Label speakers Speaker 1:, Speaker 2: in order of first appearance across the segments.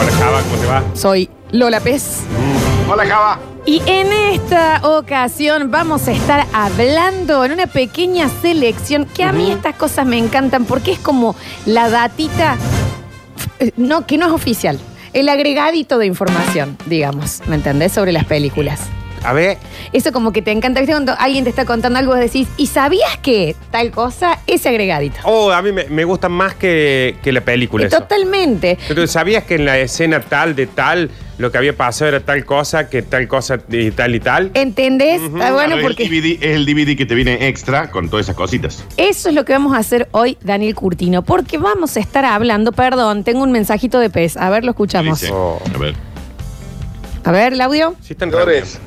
Speaker 1: Hola Java, ¿cómo te va?
Speaker 2: Soy Lola Pez.
Speaker 1: Hola Java.
Speaker 2: Y en esta ocasión vamos a estar hablando en una pequeña selección que a mí estas cosas me encantan porque es como la datita, eh, no, que no es oficial, el agregadito de información, digamos, ¿me entendés? Sobre las películas.
Speaker 1: A ver,
Speaker 2: Eso como que te encanta, ¿viste? Cuando alguien te está contando algo, vos decís, ¿y sabías que tal cosa? Ese agregadito.
Speaker 1: oh, a mí me, me gusta más que, que la película.
Speaker 2: Eh,
Speaker 1: Eso.
Speaker 2: Totalmente.
Speaker 1: Pero ¿sabías que en la escena tal de tal, lo que había pasado era tal cosa, que tal cosa y tal y tal?
Speaker 2: Eh. ¿Entendés?
Speaker 1: Ah,
Speaker 2: Está bueno
Speaker 3: Claro,
Speaker 2: porque...
Speaker 3: el DVD es el DVD que te viene extra con todas esas cositas.
Speaker 2: Eso es lo que vamos a hacer hoy, Daniel Curtino, porque vamos a estar hablando, perdón, tengo un mensajito de pez, a ver, lo escuchamos.
Speaker 3: Dice,
Speaker 1: Oh.
Speaker 3: A ver.
Speaker 2: A ver, el audio.
Speaker 1: Sí, están
Speaker 4: Traidores,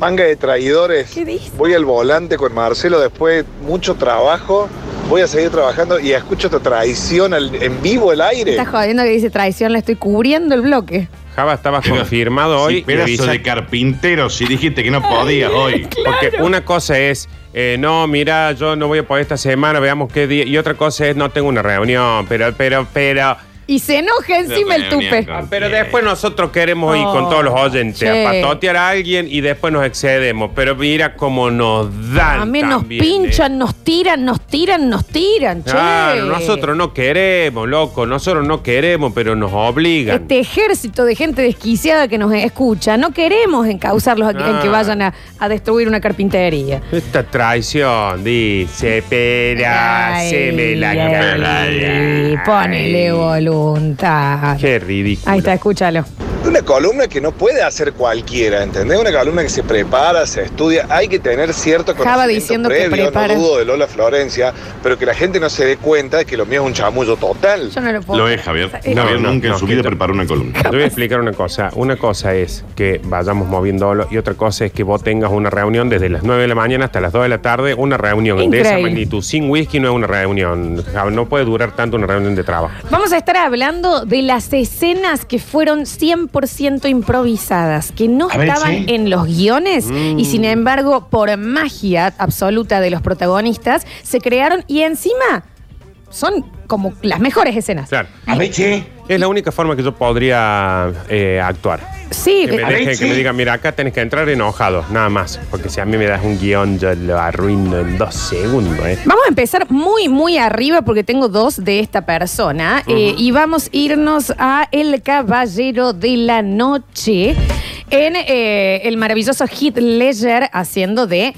Speaker 4: manga de traidores.
Speaker 2: ¿Qué dice?
Speaker 4: Voy al volante con Marcelo después de mucho trabajo. Voy a seguir trabajando y escucho esta traición al- en vivo el aire.
Speaker 2: Estás jodiendo que dice traición, la estoy cubriendo el bloque.
Speaker 1: reunión. Java estaba
Speaker 3: Pero-
Speaker 1: confirmado
Speaker 3: Sí,
Speaker 1: hoy. y
Speaker 3: pedazo
Speaker 1: avisa-
Speaker 3: de carpintero, si dijiste que no podías hoy.
Speaker 1: Porque una cosa es, eh, no, mira, yo no voy a poder esta semana, veamos qué día. Y otra cosa es, no tengo una reunión, pero, pero, pero.
Speaker 2: Y se enoja encima el tupe.
Speaker 3: Claro.
Speaker 1: Ah, Pero después nosotros queremos ir con
Speaker 2: Oh,
Speaker 1: todos los oyentes
Speaker 2: sí.
Speaker 1: a patotear a alguien y después nos excedemos. Pero mira cómo nos dan.
Speaker 2: También nos
Speaker 1: también, ¿eh?
Speaker 2: pinchan, nos tiran, nos tiran, nos tiran, che.
Speaker 1: Claro, nosotros no queremos, loco, nosotros no queremos, pero nos obligan.
Speaker 2: Este ejército de gente desquiciada que nos escucha, no queremos encauzarlos a- en que
Speaker 1: Ah.
Speaker 2: vayan a, a destruir una carpintería.
Speaker 1: Esta traición, dice, pero
Speaker 2: Ay,
Speaker 1: se me la
Speaker 2: ay,
Speaker 1: cara.
Speaker 2: Ponele voluntad.
Speaker 1: Qué ridículo.
Speaker 2: Ahí está, escúchalo.
Speaker 4: Una columna que no puede hacer cualquiera, ¿entendés? Una columna que se prepara, se estudia, hay que tener cierto
Speaker 2: Java
Speaker 4: conocimiento
Speaker 2: diciendo que
Speaker 4: previo,
Speaker 2: prepara.
Speaker 4: no dudo de Lola Florencia, pero que la gente no se dé cuenta de que lo mío es un chamullo total.
Speaker 2: Yo no lo puedo.
Speaker 3: Lo es, Javier.
Speaker 2: Eh,
Speaker 1: No,
Speaker 3: Javier
Speaker 1: no,
Speaker 3: nunca
Speaker 1: no,
Speaker 3: en su
Speaker 1: que
Speaker 3: vida
Speaker 1: yo-
Speaker 3: preparó una columna.
Speaker 1: Te voy a explicar una cosa. Una cosa es que vayamos moviéndolo y otra cosa es que vos tengas una reunión desde las 9 de la mañana hasta las 2 de la tarde. Una reunión de esa
Speaker 2: Increíble.
Speaker 1: magnitud sin whisky no es una reunión. Ah, No puede durar tanto una reunión de trabajo.
Speaker 2: Vamos a estar hablando de las escenas que fueron 100% improvisadas, que no
Speaker 3: A ver,
Speaker 2: estaban
Speaker 3: sí. Mm.
Speaker 2: en los guiones y sin embargo, por magia absoluta de los protagonistas, se crearon y encima son como las mejores escenas.
Speaker 1: Claro.
Speaker 3: A ver, che.
Speaker 1: Es la única forma que yo podría eh, actuar.
Speaker 2: Sí,
Speaker 1: Que me,
Speaker 2: eh,
Speaker 3: ver,
Speaker 1: dejen, que
Speaker 3: sí.
Speaker 1: me digan, mira, acá tenés que entrar enojado, nada más. Porque si a mí me das un guión, yo lo arruino en dos segundos, ¿eh?
Speaker 2: Vamos a empezar muy, muy arriba porque tengo dos de esta persona eh, y vamos a irnos a El Caballero de la Noche en eh, el maravilloso Heath Ledger haciendo de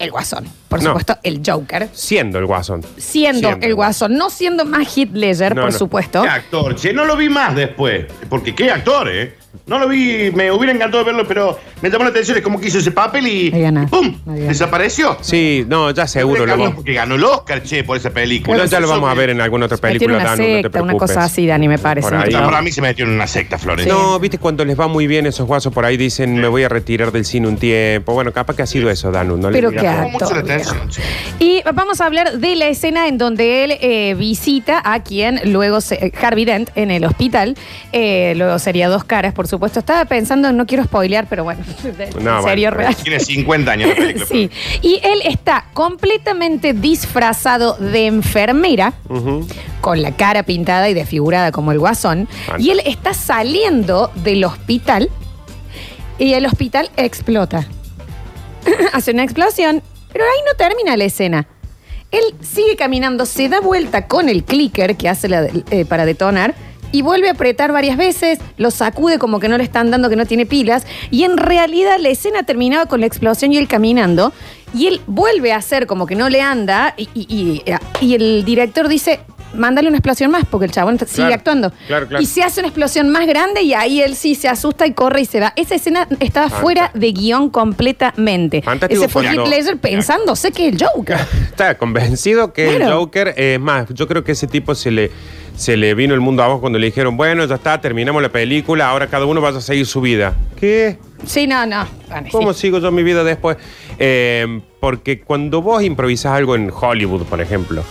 Speaker 2: El Guasón, por
Speaker 1: No.
Speaker 2: supuesto, el Joker.
Speaker 1: Siendo el guasón.
Speaker 2: Siendo,
Speaker 1: Siendo.
Speaker 2: el Guasón, no siendo más Heath Ledger,
Speaker 1: No,
Speaker 2: por
Speaker 1: no.
Speaker 2: supuesto.
Speaker 3: Qué actor, che. No lo vi más después. Porque qué actor, eh. No lo vi, me hubiera encantado verlo, pero me llamó la atención. Es como que hizo ese papel y.
Speaker 2: Ahí gana.
Speaker 3: y ¡Pum!
Speaker 2: Ahí gana.
Speaker 3: Desapareció.
Speaker 1: Sí, no, ya seguro lo vamos.
Speaker 3: Porque ganó el Oscar, che, por esa película.
Speaker 1: No, ya lo vamos a ver en alguna otra película,
Speaker 2: Metieron una
Speaker 1: Danu, no te
Speaker 2: secta, una
Speaker 1: preocupes.
Speaker 2: cosa así, Dani, me parece.
Speaker 1: Por ahí.
Speaker 3: No, para mí se metió en una secta, Flores.
Speaker 1: No, viste, cuando les va muy bien esos guasos por ahí dicen, me voy a retirar del cine un tiempo. Bueno, capaz que ha sido eso, Danu. No le
Speaker 2: Pero
Speaker 1: digas
Speaker 2: qué
Speaker 1: nada.
Speaker 3: Llamó mucho la
Speaker 2: actor,
Speaker 3: atención, che.
Speaker 2: Y vamos a hablar de la escena en donde él eh, visita a quien luego, se, Harvey Dent, en el hospital. Eh, luego sería dos caras, por supuesto. Estaba pensando, no quiero spoilear, pero bueno,
Speaker 1: No,
Speaker 2: en serio,
Speaker 1: bueno,
Speaker 2: real.
Speaker 3: Tiene 50 años la película.
Speaker 2: Sí, y él está completamente disfrazado de enfermera, con la cara pintada y desfigurada como el guasón,
Speaker 1: Fantástico.
Speaker 2: y él está saliendo del hospital y el hospital explota. Hace una explosión, pero ahí no termina la escena. Él sigue caminando, se da vuelta con el clicker que hace la de- eh, para detonar y vuelve a apretar varias veces, lo sacude como que no le están dando, que no tiene pilas. Y en realidad la escena terminaba con la explosión y él caminando. Y él vuelve a hacer como que no le anda y, y- y- y el director dice, mándale una explosión más, porque el chabón está- sigue
Speaker 1: Claro,
Speaker 2: actuando.
Speaker 1: claro, claro.
Speaker 2: Y se hace una explosión más grande y ahí él sí se asusta y corre y se va. Esa escena estaba fuera de guión completamente.
Speaker 1: Fantástico
Speaker 2: Ese fue
Speaker 1: cuando-
Speaker 2: Heath Ledger pensándose que el Joker.
Speaker 1: Está convencido que el
Speaker 2: Claro.
Speaker 1: Joker eh, es más. Yo creo que ese tipo se le, se le vino el mundo abajo cuando le dijeron, bueno, ya está, terminamos la película, ahora cada uno vaya a seguir su vida. ¿Qué?
Speaker 2: Sí, no, no. Vane, sí.
Speaker 1: ¿Cómo sigo yo mi vida después? Eh, porque cuando vos improvisás algo en Hollywood, por ejemplo,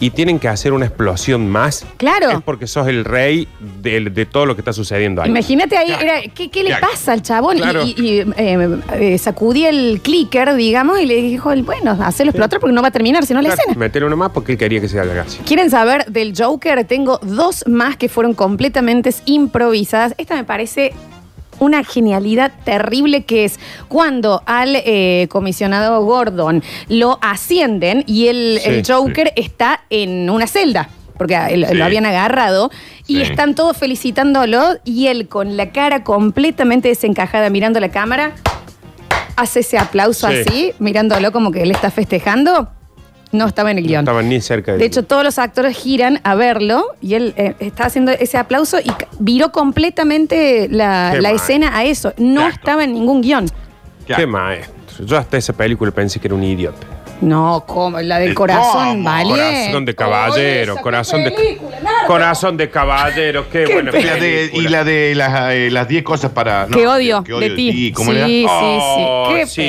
Speaker 1: y tienen que hacer una explosión más,
Speaker 2: Claro.
Speaker 1: es porque sos el rey del- de, todo lo que está sucediendo ahí.
Speaker 2: Imagínate ahí,
Speaker 1: Claro.
Speaker 2: era, ¿qué, qué le
Speaker 1: Claro.
Speaker 2: pasa al chabón? Y-
Speaker 1: Claro.
Speaker 2: Y, y, eh, eh, sacudí el clicker, digamos, y le dijo, bueno, hacelo explotar porque no va a terminar, sino la
Speaker 1: Claro,
Speaker 2: escena.
Speaker 1: Meter uno más porque él quería que se haga así.
Speaker 2: ¿Quieren saber del Joker? Tengo dos más que fueron completamente improvisadas. Esta me parece una genialidad terrible que es cuando al eh, comisionado Gordon lo ascienden y el,
Speaker 1: Sí,
Speaker 2: el Joker está en una celda. Porque a- lo- lo habían agarrado y
Speaker 3: Sí.
Speaker 2: están todos felicitándolo y él con la cara completamente desencajada mirando la cámara hace ese aplauso
Speaker 1: Sí.
Speaker 2: así mirándolo como que él está festejando no estaba en el guión
Speaker 1: Estaban ni cerca
Speaker 2: de hecho, todos los actores giran a verlo y él eh, está haciendo ese aplauso y ca- viró completamente la,
Speaker 1: Qué
Speaker 2: la
Speaker 1: mal.
Speaker 2: escena a eso. No
Speaker 3: Claro.
Speaker 2: estaba en ningún guión.
Speaker 1: Qué maestro. Yo hasta esa película pensé que era un idiota.
Speaker 2: No, como la del corazón,
Speaker 3: ¿Cómo?
Speaker 2: ¿vale?
Speaker 1: Corazón de caballero,
Speaker 2: Oye, esa
Speaker 1: corazón de
Speaker 2: película, Nardo.
Speaker 1: corazón de caballero, qué, buena
Speaker 3: Y la de, y la de las eh, las 10 cosas para. no,
Speaker 2: Qué odio
Speaker 3: qué
Speaker 2: de ti.
Speaker 3: ¿cómo
Speaker 2: sí,
Speaker 3: le da?
Speaker 2: sí,
Speaker 1: Oh,
Speaker 2: sí. Qué
Speaker 1: sí.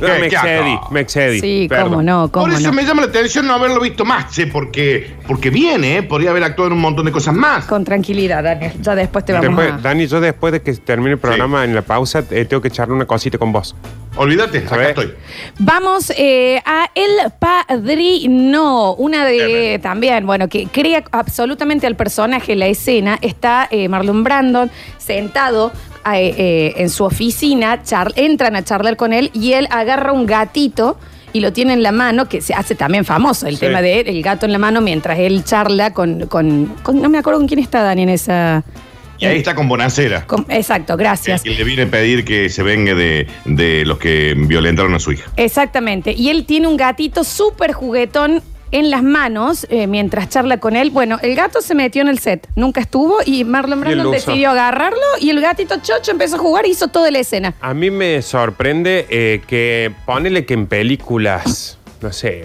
Speaker 2: película.
Speaker 1: No, me
Speaker 3: Qué
Speaker 1: excedí,
Speaker 3: caca.
Speaker 1: me excedí.
Speaker 2: Sí,
Speaker 1: Perdón.
Speaker 2: cómo no, cómo
Speaker 3: Por eso
Speaker 2: no.
Speaker 3: me llama la atención no haberlo visto más, che, porque, porque viene, ¿eh? podría haber actuado en un montón de cosas más.
Speaker 2: Con tranquilidad, Daniel. Ya después te vamos
Speaker 1: Después,
Speaker 2: a...
Speaker 1: Dani, yo después de que termine el programa en la pausa, eh, tengo que charlar una cosita con vos.
Speaker 3: Olvídate,
Speaker 1: A
Speaker 3: acá
Speaker 1: ver.
Speaker 3: estoy.
Speaker 2: Vamos eh, a El Padrino, una de también, bueno, que crea absolutamente al personaje la escena. Está eh, Marlon Brandon sentado eh, eh, en su oficina, char- entran a charlar con él y él agarra un gatito. Y lo tiene en la mano, que se hace también famoso el
Speaker 1: Sí.
Speaker 2: tema de el gato en la mano mientras él charla con, con- con- No me acuerdo con quién está Dani en esa.
Speaker 3: Y ahí está con Bonacera.
Speaker 2: con- exacto,
Speaker 3: que
Speaker 2: gracias.
Speaker 3: que le viene a pedir que se vengue de, de los que violentaron a su hija.
Speaker 2: Exactamente. Y él tiene un gatito súper juguetón en las manos eh, mientras charla con él. Bueno, el gato se metió en el set, nunca estuvo y Marlon
Speaker 1: Y él
Speaker 2: Brando
Speaker 1: lo usa.
Speaker 2: decidió agarrarlo y el gatito chocho empezó a jugar y hizo toda la escena.
Speaker 1: A mí me sorprende eh, que ponele que en películas, no sé,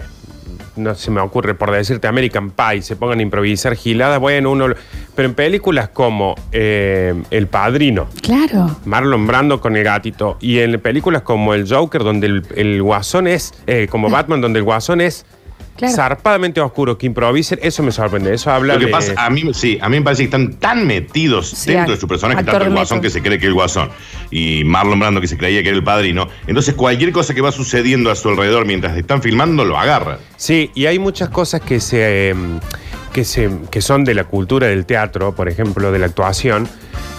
Speaker 1: no se me ocurre por decirte American Pie, se pongan a improvisar giladas, bueno, uno... lo- Pero en películas como eh, El Padrino,
Speaker 2: Claro.
Speaker 1: Marlon Brando con el gatito. Y en películas como El Joker, donde el, el guasón es, eh, como Batman, donde el guasón es
Speaker 2: Claro.
Speaker 1: zarpadamente oscuro, que improvisen, eso me sorprende. Eso habla
Speaker 3: Lo que
Speaker 1: de-
Speaker 3: pasa, a mí, sí, a mí me parece que están tan metidos
Speaker 2: Sí,
Speaker 3: dentro
Speaker 2: ac-
Speaker 3: de su personaje,
Speaker 2: actor
Speaker 3: tanto el
Speaker 2: de
Speaker 3: guasón
Speaker 2: método.
Speaker 3: que se cree que es el guasón y Marlon Brando que se creía que era el padrino. Entonces, cualquier cosa que va sucediendo a su alrededor mientras están filmando lo agarra.
Speaker 1: Sí, y hay muchas cosas que se, eh, que se que son de la cultura del teatro, por ejemplo, de la actuación,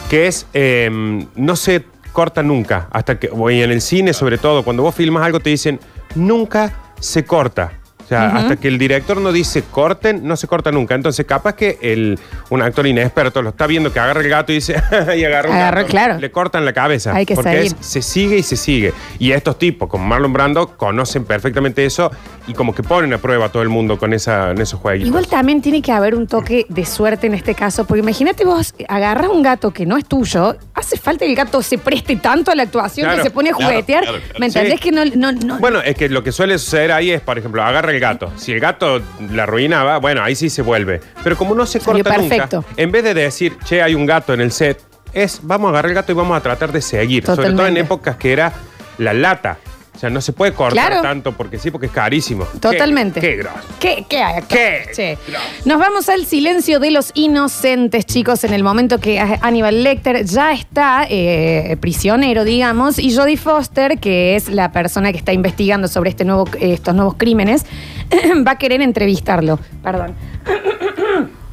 Speaker 1: que es eh, no se corta nunca, hasta que o en el cine sobre todo, cuando vos filmas algo te dicen nunca se corta. O sea, hasta que el director no dice corten, no se corta nunca. Entonces, capaz que el, un actor inexperto lo está viendo que agarra el gato y dice, y agarra un
Speaker 2: Agarró,
Speaker 1: gato.
Speaker 2: claro.
Speaker 1: Le cortan la cabeza.
Speaker 2: Hay que
Speaker 1: porque
Speaker 2: seguir.
Speaker 1: es se sigue y se sigue. Y estos tipos, como Marlon Brando, conocen perfectamente eso y como que ponen a prueba a todo el mundo con esa, en esos jueguitos.
Speaker 2: Igual también tiene que haber un toque de suerte en este caso, porque imagínate vos agarras un gato que no es tuyo, hace falta que el gato se preste tanto a la actuación
Speaker 1: Claro,
Speaker 2: que se pone a
Speaker 3: claro,
Speaker 2: juguetear.
Speaker 3: claro, claro.
Speaker 2: ¿Me entendés
Speaker 1: Sí.
Speaker 2: que no, no, no-
Speaker 1: Bueno, es que lo que suele suceder ahí es, por ejemplo, agarra el gato. Si el gato la arruinaba, bueno, ahí sí se vuelve. Pero como no se
Speaker 2: Salió
Speaker 1: corta
Speaker 2: perfecto.
Speaker 1: nunca, en vez de decir, che, hay un gato en el set, es, vamos a agarrar el gato y vamos a tratar de seguir. Sobre todo en
Speaker 2: Totalmente.
Speaker 1: épocas que era la lata. O sea, no se puede cortar
Speaker 2: Claro.
Speaker 1: tanto porque sí, porque es carísimo. Qué-
Speaker 2: Totalmente.
Speaker 1: Qué, grosso.
Speaker 2: ¿Qué, qué hay acá?
Speaker 1: ¿Qué?
Speaker 2: Che. Nos vamos al silencio de los inocentes, chicos, en el momento que a- Aníbal Lecter ya está eh, prisionero, digamos, y Jodie Foster, que es la persona que está investigando sobre este nuevo, eh, estos nuevos crímenes, va a querer entrevistarlo. Perdón.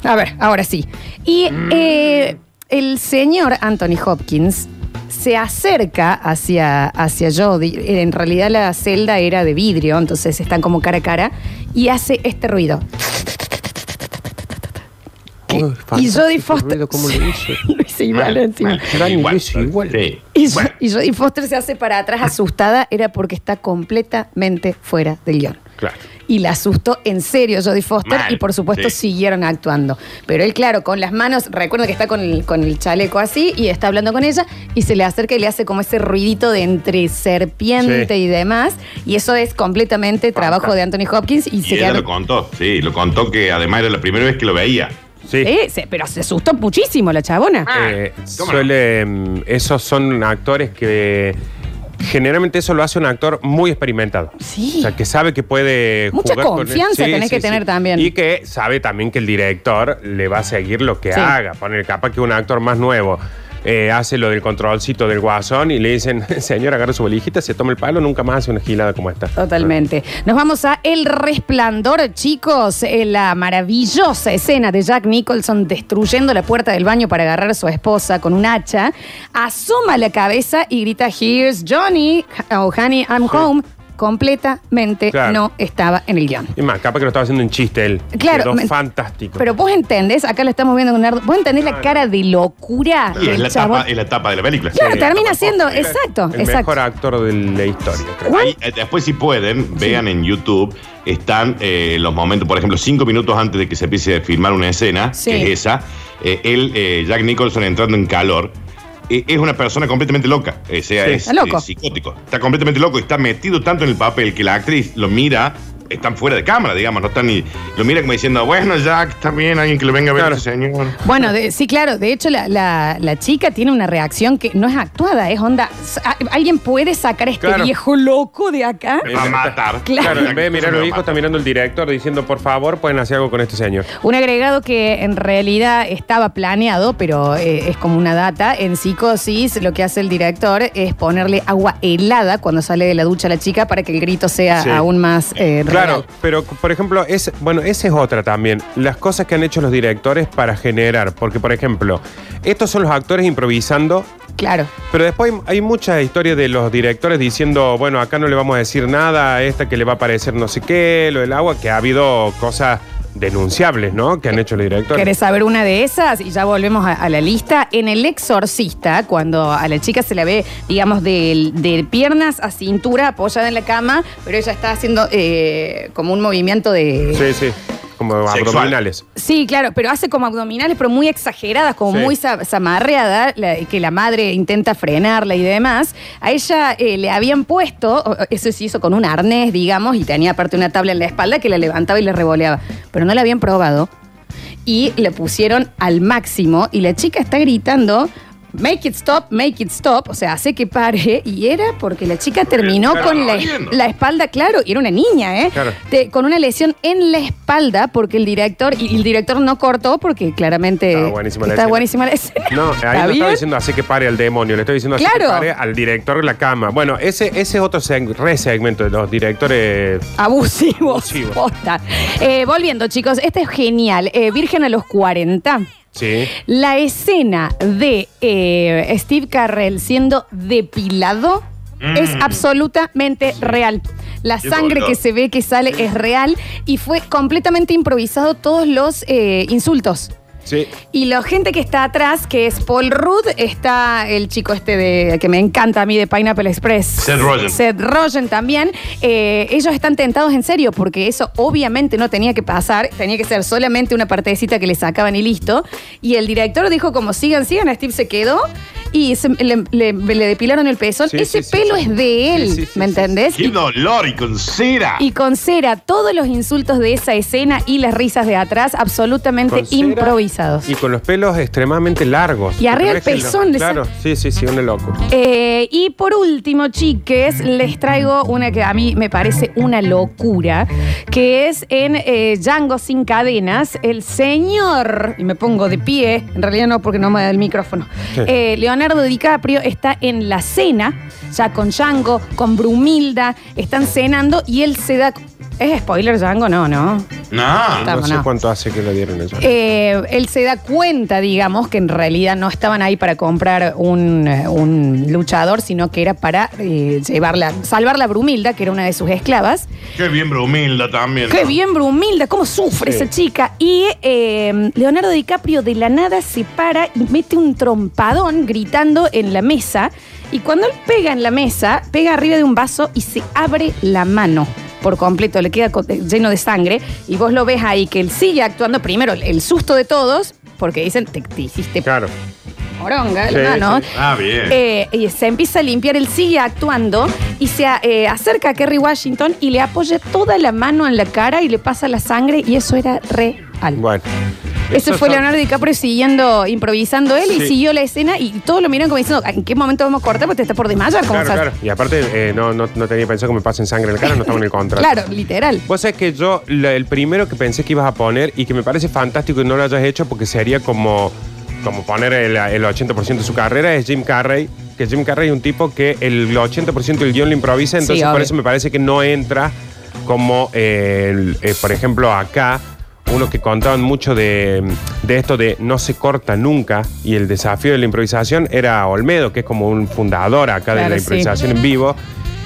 Speaker 2: A ver, ahora sí. Y eh, el señor Anthony Hopkins se acerca hacia, hacia Jodie. En realidad la celda era de vidrio, entonces están como cara a cara. Y hace este ruido. Que- y Jodie Foster. Lo hice igual encima.
Speaker 3: Igual. Sí.
Speaker 2: Y, Jo- y Jodie Foster se hace para atrás asustada, era porque está completamente fuera del guión.
Speaker 1: Claro.
Speaker 2: Y la asustó en serio Jodie Foster
Speaker 3: Mal,
Speaker 2: y por supuesto
Speaker 3: sí.
Speaker 2: siguieron actuando. Pero él, claro, con las manos, recuerda que está con el, con el chaleco así y está hablando con ella y se le acerca y le hace como ese ruidito de entre serpiente
Speaker 1: Sí.
Speaker 2: y demás. Y eso es completamente trabajo de Anthony Hopkins y,
Speaker 3: Y
Speaker 2: se
Speaker 3: ella
Speaker 2: quedaron-
Speaker 3: lo contó, sí, lo contó que además era la primera vez que lo veía.
Speaker 1: Sí.
Speaker 2: Eh, se- pero se asustó muchísimo la chabona.
Speaker 3: Ah.
Speaker 1: Eh,
Speaker 2: Ah,
Speaker 3: ¿Cómo
Speaker 1: suele, mm, esos son actores que generalmente eso lo hace un actor muy experimentado.
Speaker 2: Sí.
Speaker 1: O sea, que sabe que puede
Speaker 2: Mucha
Speaker 1: jugar con-
Speaker 2: confianza tenés que tener también.
Speaker 1: Y que sabe también que el director le va a seguir lo que
Speaker 2: Sí.
Speaker 1: haga. Poner capaz que un actor más nuevo eh, hace lo del controlcito del guasón y le dicen, señor, agarra su bolijita, se toma el palo, nunca más hace una gilada como esta.
Speaker 2: Totalmente. Nos vamos a El Resplandor, chicos. Eh, La maravillosa escena de Jack Nicholson destruyendo la puerta del baño para agarrar a su esposa con un hacha. Asoma la cabeza y grita, Here's Johnny, o Honey, I'm home. Completamente
Speaker 1: Claro.
Speaker 2: no estaba en el guión.
Speaker 1: Y más, capaz que lo estaba haciendo un chiste él.
Speaker 2: Claro,
Speaker 1: Quedó
Speaker 2: me-
Speaker 1: fantástico.
Speaker 2: Pero vos entendés, acá lo estamos viendo con Nardo, vos entendés la cara de locura
Speaker 3: Y es
Speaker 2: del
Speaker 3: la,
Speaker 2: chabón.
Speaker 3: tapa, es la tapa de la película.
Speaker 2: Claro,
Speaker 3: Sí.
Speaker 2: termina siendo, exacto,
Speaker 1: el
Speaker 2: exacto.
Speaker 1: mejor actor de la historia, creo.
Speaker 2: ¿Cuál?
Speaker 3: Ahí, eh, después si pueden, vean en YouTube, están eh, los momentos, por ejemplo, cinco minutos antes de que se empiece a filmar una escena,
Speaker 2: Sí.
Speaker 3: que es esa, eh, él, eh, Jack Nicholson entrando en calor, eh, es una persona completamente loca, o sea,
Speaker 1: Sí.
Speaker 3: es,
Speaker 2: Está loco.
Speaker 3: es psicótico, está completamente loco, y está metido tanto en el papel que la actriz lo mira. Están fuera de cámara, digamos, no están ni. Lo mira como diciendo, bueno, Jack, también alguien que lo venga a ver,
Speaker 1: Claro.
Speaker 3: ese señor.
Speaker 2: Bueno, de- sí, claro. De hecho, la, la- la chica tiene una reacción que no es actuada, es onda. sa- ¿Alguien puede sacar a este
Speaker 1: Claro.
Speaker 2: viejo loco de acá?
Speaker 3: Me va a matar.
Speaker 1: Claro, en
Speaker 3: Jack
Speaker 1: vez de mirar
Speaker 3: Nicholson me va
Speaker 1: a los
Speaker 3: a
Speaker 1: hijos, está
Speaker 3: matar.
Speaker 1: mirando el director diciendo, por favor, pueden hacer algo con este señor.
Speaker 2: Un agregado que en realidad estaba planeado, pero eh, es como una data. En psicosis, lo que hace el director es ponerle agua helada cuando sale de la ducha a la chica para que el grito sea
Speaker 1: Sí.
Speaker 2: aún más eh,
Speaker 1: Claro,
Speaker 2: real.
Speaker 1: pero por ejemplo, es, bueno, esa es otra también. Las cosas que han hecho los directores para generar. Porque, por ejemplo, estos son los actores improvisando,
Speaker 2: Claro.
Speaker 1: pero después hay, hay muchas historias de los directores diciendo, bueno, acá no le vamos a decir nada, a esta que le va a parecer no sé qué, lo del agua, que ha habido cosas denunciables, ¿no? Que han hecho los directores.
Speaker 2: ¿Querés saber una de esas? Y ya volvemos a, a la lista. En El Exorcista, cuando a la chica se la ve, digamos, de, de piernas a cintura apoyada en la cama, pero ella está haciendo eh, como un movimiento de. Sí.
Speaker 1: Sí, sí. Como
Speaker 3: Sexual.
Speaker 1: abdominales.
Speaker 2: claro, pero hace como abdominales, pero muy exageradas, como
Speaker 1: Sí.
Speaker 2: muy sa- zamarreada, la- que la madre intenta frenarla y demás. A ella eh, le habían puesto, o- o- eso se hizo con un arnés, digamos, y tenía aparte una tabla en la espalda que la levantaba y la revoleaba, pero no la habían probado y le pusieron al máximo y la chica está gritando make it stop, make it stop, o sea, hace que pare y era porque la chica terminó
Speaker 3: claro,
Speaker 2: con la,
Speaker 3: jodiendo.
Speaker 2: la espalda, claro, y era una niña, ¿eh?
Speaker 1: Claro.
Speaker 2: Te- con una lesión en la espalda porque el director, y, y el director no cortó porque claramente
Speaker 1: Estaba buenísima la
Speaker 2: está
Speaker 1: escena.
Speaker 2: buenísima la escena.
Speaker 1: No,
Speaker 2: ¿Está
Speaker 1: ahí no
Speaker 2: bien?
Speaker 1: estaba diciendo así que pare al demonio, le estoy diciendo así que
Speaker 2: Claro.
Speaker 1: pare al director de la cama. Bueno, ese ese es otro seg- re segmento de los directores.
Speaker 2: Abusivos.
Speaker 1: Abusivos.
Speaker 2: posta. Eh, volviendo, chicos, este es genial. Eh, Virgen a los 40.
Speaker 1: Sí.
Speaker 2: La escena de eh, Steve Carrell siendo depilado es absolutamente real. La
Speaker 3: Qué
Speaker 2: sangre
Speaker 3: dolor.
Speaker 2: que se ve que sale es real y fue completamente improvisado todos los eh, insultos.
Speaker 1: Sí.
Speaker 2: Y la gente que está atrás, que es Paul Rudd, está el chico este de que me encanta a mí de Pineapple Express.
Speaker 3: Seth Rogen.
Speaker 2: Seth Rogen también. Eh, ellos están tentados en serio porque eso obviamente no tenía que pasar. Tenía que ser solamente una partecita que le sacaban y listo. Y el director dijo como sigan, sigan. A Steve se quedó y se- le, le- le depilaron el pezón.
Speaker 1: Sí,
Speaker 2: Ese
Speaker 1: sí, sí,
Speaker 2: pelo
Speaker 1: sí.
Speaker 2: es de él,
Speaker 1: Sí, sí, sí,
Speaker 2: ¿me
Speaker 1: sí, sí.
Speaker 2: entendés?
Speaker 3: ¡Qué
Speaker 2: Y-
Speaker 3: dolor! Y con cera.
Speaker 2: y con cera, todos los insultos de esa escena y las risas de atrás absolutamente
Speaker 1: Con cera
Speaker 2: improvisados.
Speaker 1: Y con los pelos extremadamente largos.
Speaker 2: Y arriba el
Speaker 1: Porque no es que
Speaker 2: pezón
Speaker 1: lo-
Speaker 2: le
Speaker 1: Claro, sí, sí, sí, un loco.
Speaker 2: Eh, y por último, chiques, les traigo una que a mí me parece una locura, que es en eh, Django sin cadenas, el señor, y me pongo de pie, en realidad no porque no me da el micrófono,
Speaker 1: Sí.
Speaker 2: eh, Leonardo DiCaprio está en la cena, ya con Django, con Brumilda, están cenando y él se da... ¿Es spoiler Django? No, no.
Speaker 3: No.
Speaker 1: No
Speaker 2: Estamos,
Speaker 1: sé
Speaker 2: no.
Speaker 1: cuánto hace que lo dieron eso.
Speaker 2: Eh, él se da cuenta, digamos, que en realidad no estaban ahí para comprar un, eh, un luchador, sino que era para eh, llevarla, salvarla a Brumilda, que era una de sus esclavas.
Speaker 3: Qué bien, pero humilde también.
Speaker 2: Qué
Speaker 3: ¿no?
Speaker 2: bien, Brumilda, cómo sufre
Speaker 1: Sí.
Speaker 2: esa chica. Y eh, Leonardo DiCaprio de la nada se para y mete un trompadón gritando en la mesa. Y cuando él pega en la mesa, pega arriba de un vaso y se abre la mano. por completo, le queda co- eh, lleno de sangre, y vos lo ves ahí que él sigue actuando primero, el susto de todos, porque dicen, te, te hiciste
Speaker 1: Claro.
Speaker 2: moronga,
Speaker 1: Sí,
Speaker 2: hermano.
Speaker 1: sí.
Speaker 3: Ah, bien.
Speaker 2: Eh, y se empieza a limpiar, él sigue actuando y se a- eh, acerca a Kerry Washington y le apoya toda la mano en la cara y le pasa la sangre y eso era real.
Speaker 1: Bueno.
Speaker 2: Ese
Speaker 1: Esos
Speaker 2: fue
Speaker 1: son-
Speaker 2: Leonardo DiCaprio siguiendo, improvisando él y
Speaker 1: Sí.
Speaker 2: siguió la escena y todos lo miran como diciendo, ¿en qué momento vamos a cortar? Porque te está por desmayar. ¿cómo
Speaker 1: Claro,
Speaker 2: sabes?
Speaker 1: claro. Y aparte, eh, no, no, no tenía pensado que me pasen sangre en la cara, no estaba en el contrato.
Speaker 2: Claro, literal.
Speaker 1: Vos sabés que yo, la- el primero que pensé que ibas a poner y que me parece fantástico que no lo hayas hecho porque sería como, como poner el, el 80% de su carrera es Jim Carrey. Que Jim Carrey es un tipo que el 80% del guión lo improvisa,
Speaker 2: Sí,
Speaker 1: entonces por
Speaker 2: obvio.
Speaker 1: eso me parece que no entra como, eh, el- eh, por ejemplo, acá. Uno que contaban mucho de, de esto de no se corta nunca y el desafío de la improvisación era Olmedo, que es como un fundador acá de
Speaker 2: Claro,
Speaker 1: la
Speaker 2: sí.
Speaker 1: improvisación en vivo.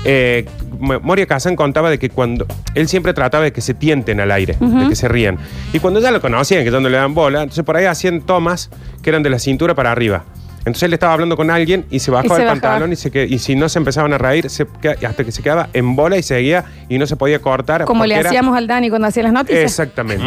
Speaker 1: Eh, M- Moria Kazan contaba de que cuando él siempre trataba de que se tienten al aire, de que se rían. Y cuando ya lo conocían, que ya no le dan bola, entonces por ahí hacían tomas que eran de la cintura para arriba. Entonces él estaba hablando con alguien y se
Speaker 2: Y
Speaker 1: bajaba
Speaker 2: se
Speaker 1: el
Speaker 2: bajaba.
Speaker 1: pantalón y, se que- y si no se empezaban a reír, se queda- hasta que se quedaba en bola y seguía y no se podía cortar.
Speaker 2: Como le
Speaker 1: porque era-
Speaker 2: hacíamos al Dani cuando hacía las noticias.
Speaker 1: Exactamente.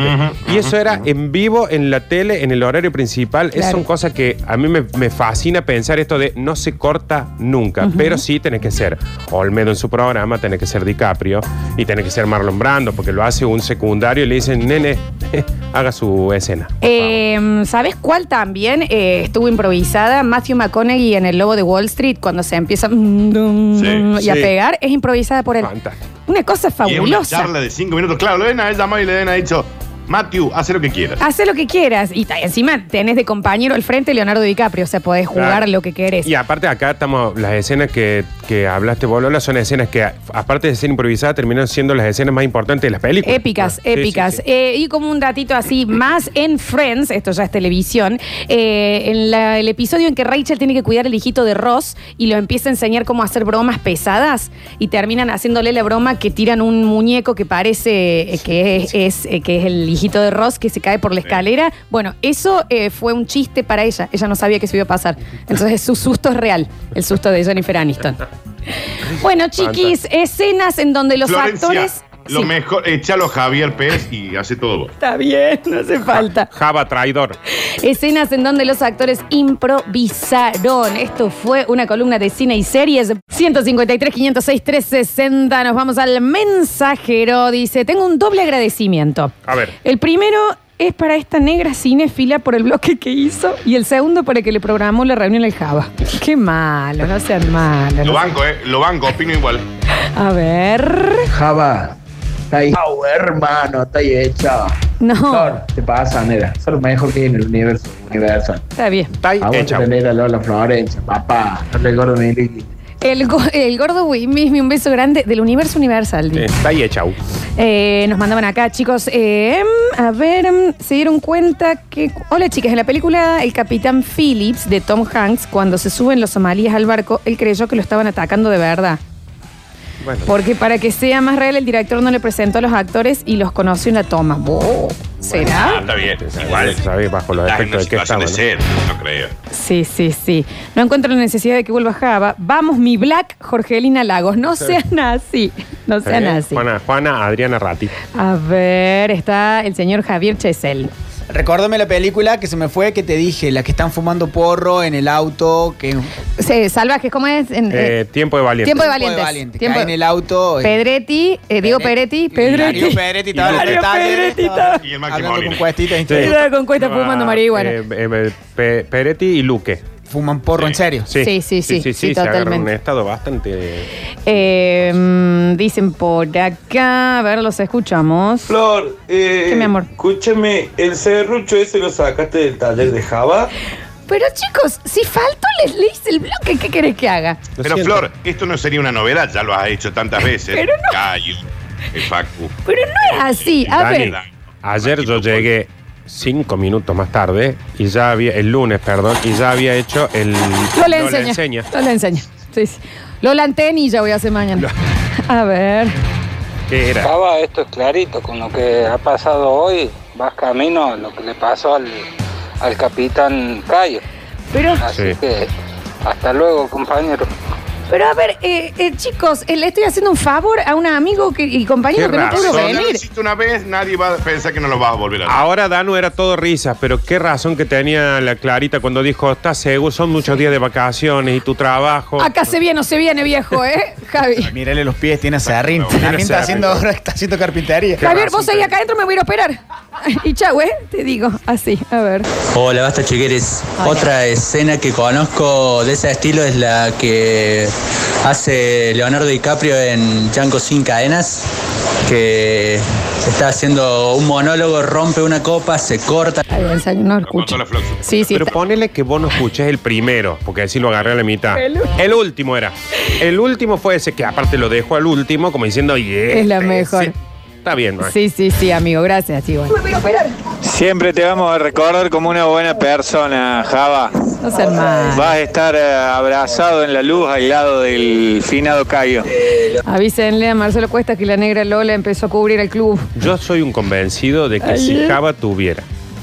Speaker 1: Y eso era en vivo, en la tele, en el horario principal. Esas
Speaker 2: Claro.
Speaker 1: son cosas que a mí me, me fascina pensar esto de no se corta nunca. Pero sí tenés que ser Olmedo en su programa, tenés que ser DiCaprio y tenés que ser Marlon Brando, porque lo hace un secundario y le dicen, nene, haga su escena. por
Speaker 2: Eh, ¿Sabes cuál también eh, estuvo improvisada? Matthew McConaughey en El Lobo de Wall Street, cuando se empieza mm,
Speaker 3: Sí,
Speaker 2: y a
Speaker 1: sí.
Speaker 2: pegar, es improvisada por él.
Speaker 1: favor". Fantástico.
Speaker 2: Una cosa
Speaker 3: Y es una
Speaker 2: fabulosa.
Speaker 3: charla de cinco minutos. Claro, Lorena ha llamado y Lorena ha dicho, Matthew, haz lo que quieras.
Speaker 2: Hace lo que quieras y ta- encima tenés de compañero al frente Leonardo DiCaprio, o sea, podés jugar
Speaker 1: Claro.
Speaker 2: lo que querés.
Speaker 1: Y aparte acá estamos, las escenas que, que hablaste vos, Lola, son escenas que, a- aparte de ser improvisadas, terminaron siendo las escenas más importantes de las películas.
Speaker 2: Épicas,
Speaker 1: Sí, sí,
Speaker 2: épicas.
Speaker 1: sí.
Speaker 2: Eh, y como un datito así, más en Friends, esto ya es televisión, eh, en la- el episodio en que Rachel tiene que cuidar el hijito de Ross y lo empieza a enseñar cómo hacer bromas pesadas y terminan haciéndole la broma que tiran un muñeco que parece eh, que es, es, eh, que es el hijito de Ross que se cae por la escalera. Bueno, eso eh, fue un chiste para ella. Ella no sabía que eso iba a pasar. Entonces su susto es real, el susto de Jennifer Aniston. Bueno, chiquis, escenas en donde los
Speaker 3: Florencia,
Speaker 2: actores...
Speaker 3: lo
Speaker 2: Sí.
Speaker 3: mejor, échalo a Javier Pérez y hace todo vos.
Speaker 2: Está bien, no hace falta.
Speaker 1: Java traidor.
Speaker 2: Escenas en donde los actores improvisaron. Esto fue una columna de cine y series. 153, 506, 360. Nos vamos al mensajero. Dice, tengo un doble agradecimiento.
Speaker 1: A ver.
Speaker 2: El primero es para esta negra cinefila por el bloque que hizo y el segundo para que le programó la reunión el Java. Qué malo, no sean malos.
Speaker 3: Lo
Speaker 2: no sean-
Speaker 3: banco, eh. Lo banco, opino igual.
Speaker 2: A ver.
Speaker 5: Java, está ahí. Au, Ah, hermano, está ahí hecha.
Speaker 2: No,
Speaker 5: te pasa, nena. Son los mejor que hay en el universo. universo. Ah,
Speaker 2: está bien.
Speaker 1: Está
Speaker 6: Ah,
Speaker 1: ahí,
Speaker 5: Vamos
Speaker 1: hecha.
Speaker 5: a tener a Lola Florencia, papá. No le gordo ni líquido.
Speaker 2: El, go- el gordo Wimismi, un beso grande del universo universal. dice.
Speaker 1: Está ahí hecha.
Speaker 2: Eh, nos mandaban acá, chicos. eh, a ver, mm, se dieron cuenta que. Hola, chicas. En la película El Capitán Phillips de Tom Hanks, cuando se suben los somalíes al barco, él creyó que lo estaban atacando de verdad.
Speaker 1: Bueno.
Speaker 2: Porque para que sea más real, el director no le presentó a los actores y los conoció en la toma. Wow.
Speaker 3: Ah,
Speaker 2: ¿Será?
Speaker 3: está bien. Igual.
Speaker 1: Sabés bajo los
Speaker 3: Está en
Speaker 1: efectos
Speaker 3: una
Speaker 1: de qué
Speaker 3: situación
Speaker 1: estaba.
Speaker 3: de
Speaker 1: ¿no?
Speaker 3: ser, no creo.
Speaker 2: Sí, sí, sí. No encuentro la necesidad de que vuelva Java. Vamos, mi Black, Jorgelina Lagos. No sean así. No
Speaker 1: Está
Speaker 2: sean
Speaker 1: bien.
Speaker 2: así.
Speaker 1: Eh, Juana, Juana Adriana Ratti.
Speaker 2: A ver, está el señor Javier Chesel.
Speaker 7: Recordame la película que se me fue, que te dije, la que están fumando porro en el auto, que
Speaker 2: Sí, salvajes, ¿cómo es? En-
Speaker 1: Eh,
Speaker 2: eh,
Speaker 1: tiempo de valiente.
Speaker 2: tiempo de
Speaker 7: Tiempo
Speaker 2: valientes.
Speaker 7: de valiente,
Speaker 2: Tiempo
Speaker 7: cae en el auto, eh.
Speaker 2: Pedretti, eh, Diego Pedretti.
Speaker 7: Pedretti.
Speaker 2: Pedretti.
Speaker 7: Darío Pedretti, estaba en los
Speaker 2: Darío
Speaker 7: detalles,
Speaker 2: Pedretti
Speaker 7: estaba-
Speaker 2: estaba-
Speaker 3: Y el máximo
Speaker 7: hablando con cuestitas
Speaker 1: Sí.
Speaker 7: y
Speaker 2: Estaba con cuesta
Speaker 1: Ah,
Speaker 2: fumando marihuana.
Speaker 1: eh, eh, Pe- Peretti y Luque.
Speaker 7: fuman porro en serio.
Speaker 2: Sí, sí, sí,
Speaker 1: sí,
Speaker 2: sí,
Speaker 1: se agarra
Speaker 2: totalmente.
Speaker 1: un estado bastante.
Speaker 2: Eh, mm, dicen por acá, a ver, los escuchamos.
Speaker 8: Flor, eh,
Speaker 2: ¿Qué, mi amor?
Speaker 8: escúchame, el serrucho ese lo sacaste del taller de Java.
Speaker 2: Pero chicos, si falto, les le hice el bloque, ¿qué querés que haga?
Speaker 1: Lo
Speaker 3: Pero
Speaker 1: siento.
Speaker 3: Flor, esto no sería una novedad, ya lo has hecho tantas veces.
Speaker 2: Pero no.
Speaker 3: Cayo, el Facu.
Speaker 2: Ah, Pero no es así. A
Speaker 1: Dani,
Speaker 2: ver,
Speaker 1: Ayer yo llegué cinco minutos más tarde y ya había, el lunes, perdón, y ya había hecho el.
Speaker 2: lo le
Speaker 1: no la
Speaker 2: enseña. Lo le enseña. Sí, sí. Lo y ya voy a hacer mañana. A ver.
Speaker 1: ¿Qué era?
Speaker 9: Java, esto es clarito, con lo que ha pasado hoy, vas camino a lo que le pasó al, al capitán Cayo.
Speaker 2: Pero
Speaker 9: Así
Speaker 1: Sí.
Speaker 9: que hasta luego, compañero.
Speaker 2: Pero a ver, eh, eh, chicos, eh, le estoy haciendo un favor a un amigo que- y compañero
Speaker 1: Qué
Speaker 2: que no pudo
Speaker 1: razón.
Speaker 3: Ya lo
Speaker 2: venir.
Speaker 3: hiciste una vez, nadie va a pensar que no lo vas a volver a hacer.
Speaker 1: Ahora Danu era todo risas, pero qué razón que tenía la Clarita cuando dijo, estás seguro, son muchos días de vacaciones y tu trabajo.
Speaker 2: Acá se viene o se viene, viejo, ¿eh? Javi.
Speaker 7: Mírale los pies, tiene serrín. También está
Speaker 1: serrín.
Speaker 7: haciendo, ahora está haciendo carpintería.
Speaker 2: Javier, vos ahí acá adentro me voy a ir a operar. y chau, ¿eh? Te digo, así, a ver.
Speaker 10: Hola, basta chiqueres.
Speaker 2: Hola.
Speaker 10: Otra escena que conozco de ese estilo es la que hace Leonardo DiCaprio en Django sin cadenas, que está haciendo un monólogo, rompe una copa, se corta.
Speaker 2: Está bien, señor, no escucho.
Speaker 3: Contó la Floxu.
Speaker 2: Sí, sí.
Speaker 1: pero
Speaker 2: está-
Speaker 1: ponele que vos no escuchés el primero, porque así lo agarré a la mitad.
Speaker 2: El
Speaker 1: El,
Speaker 2: último.
Speaker 1: último era. El último fue ese que aparte lo dejo al último, como diciendo, yeah,
Speaker 2: Es la mejor.
Speaker 1: sí". Está bien, ¿no?
Speaker 2: Sí, sí, sí, amigo, gracias, sí, bueno.
Speaker 11: Siempre te vamos a recordar como una buena persona, Java.
Speaker 2: No sean mal.
Speaker 11: Vas a estar eh, abrazado en la luz al lado del finado Cayo.
Speaker 2: Avísenle a Marcelo Cuesta que la negra Lola empezó a cubrir el club.
Speaker 1: Yo soy un convencido de que
Speaker 2: Ay, eh.
Speaker 1: si Java tuviera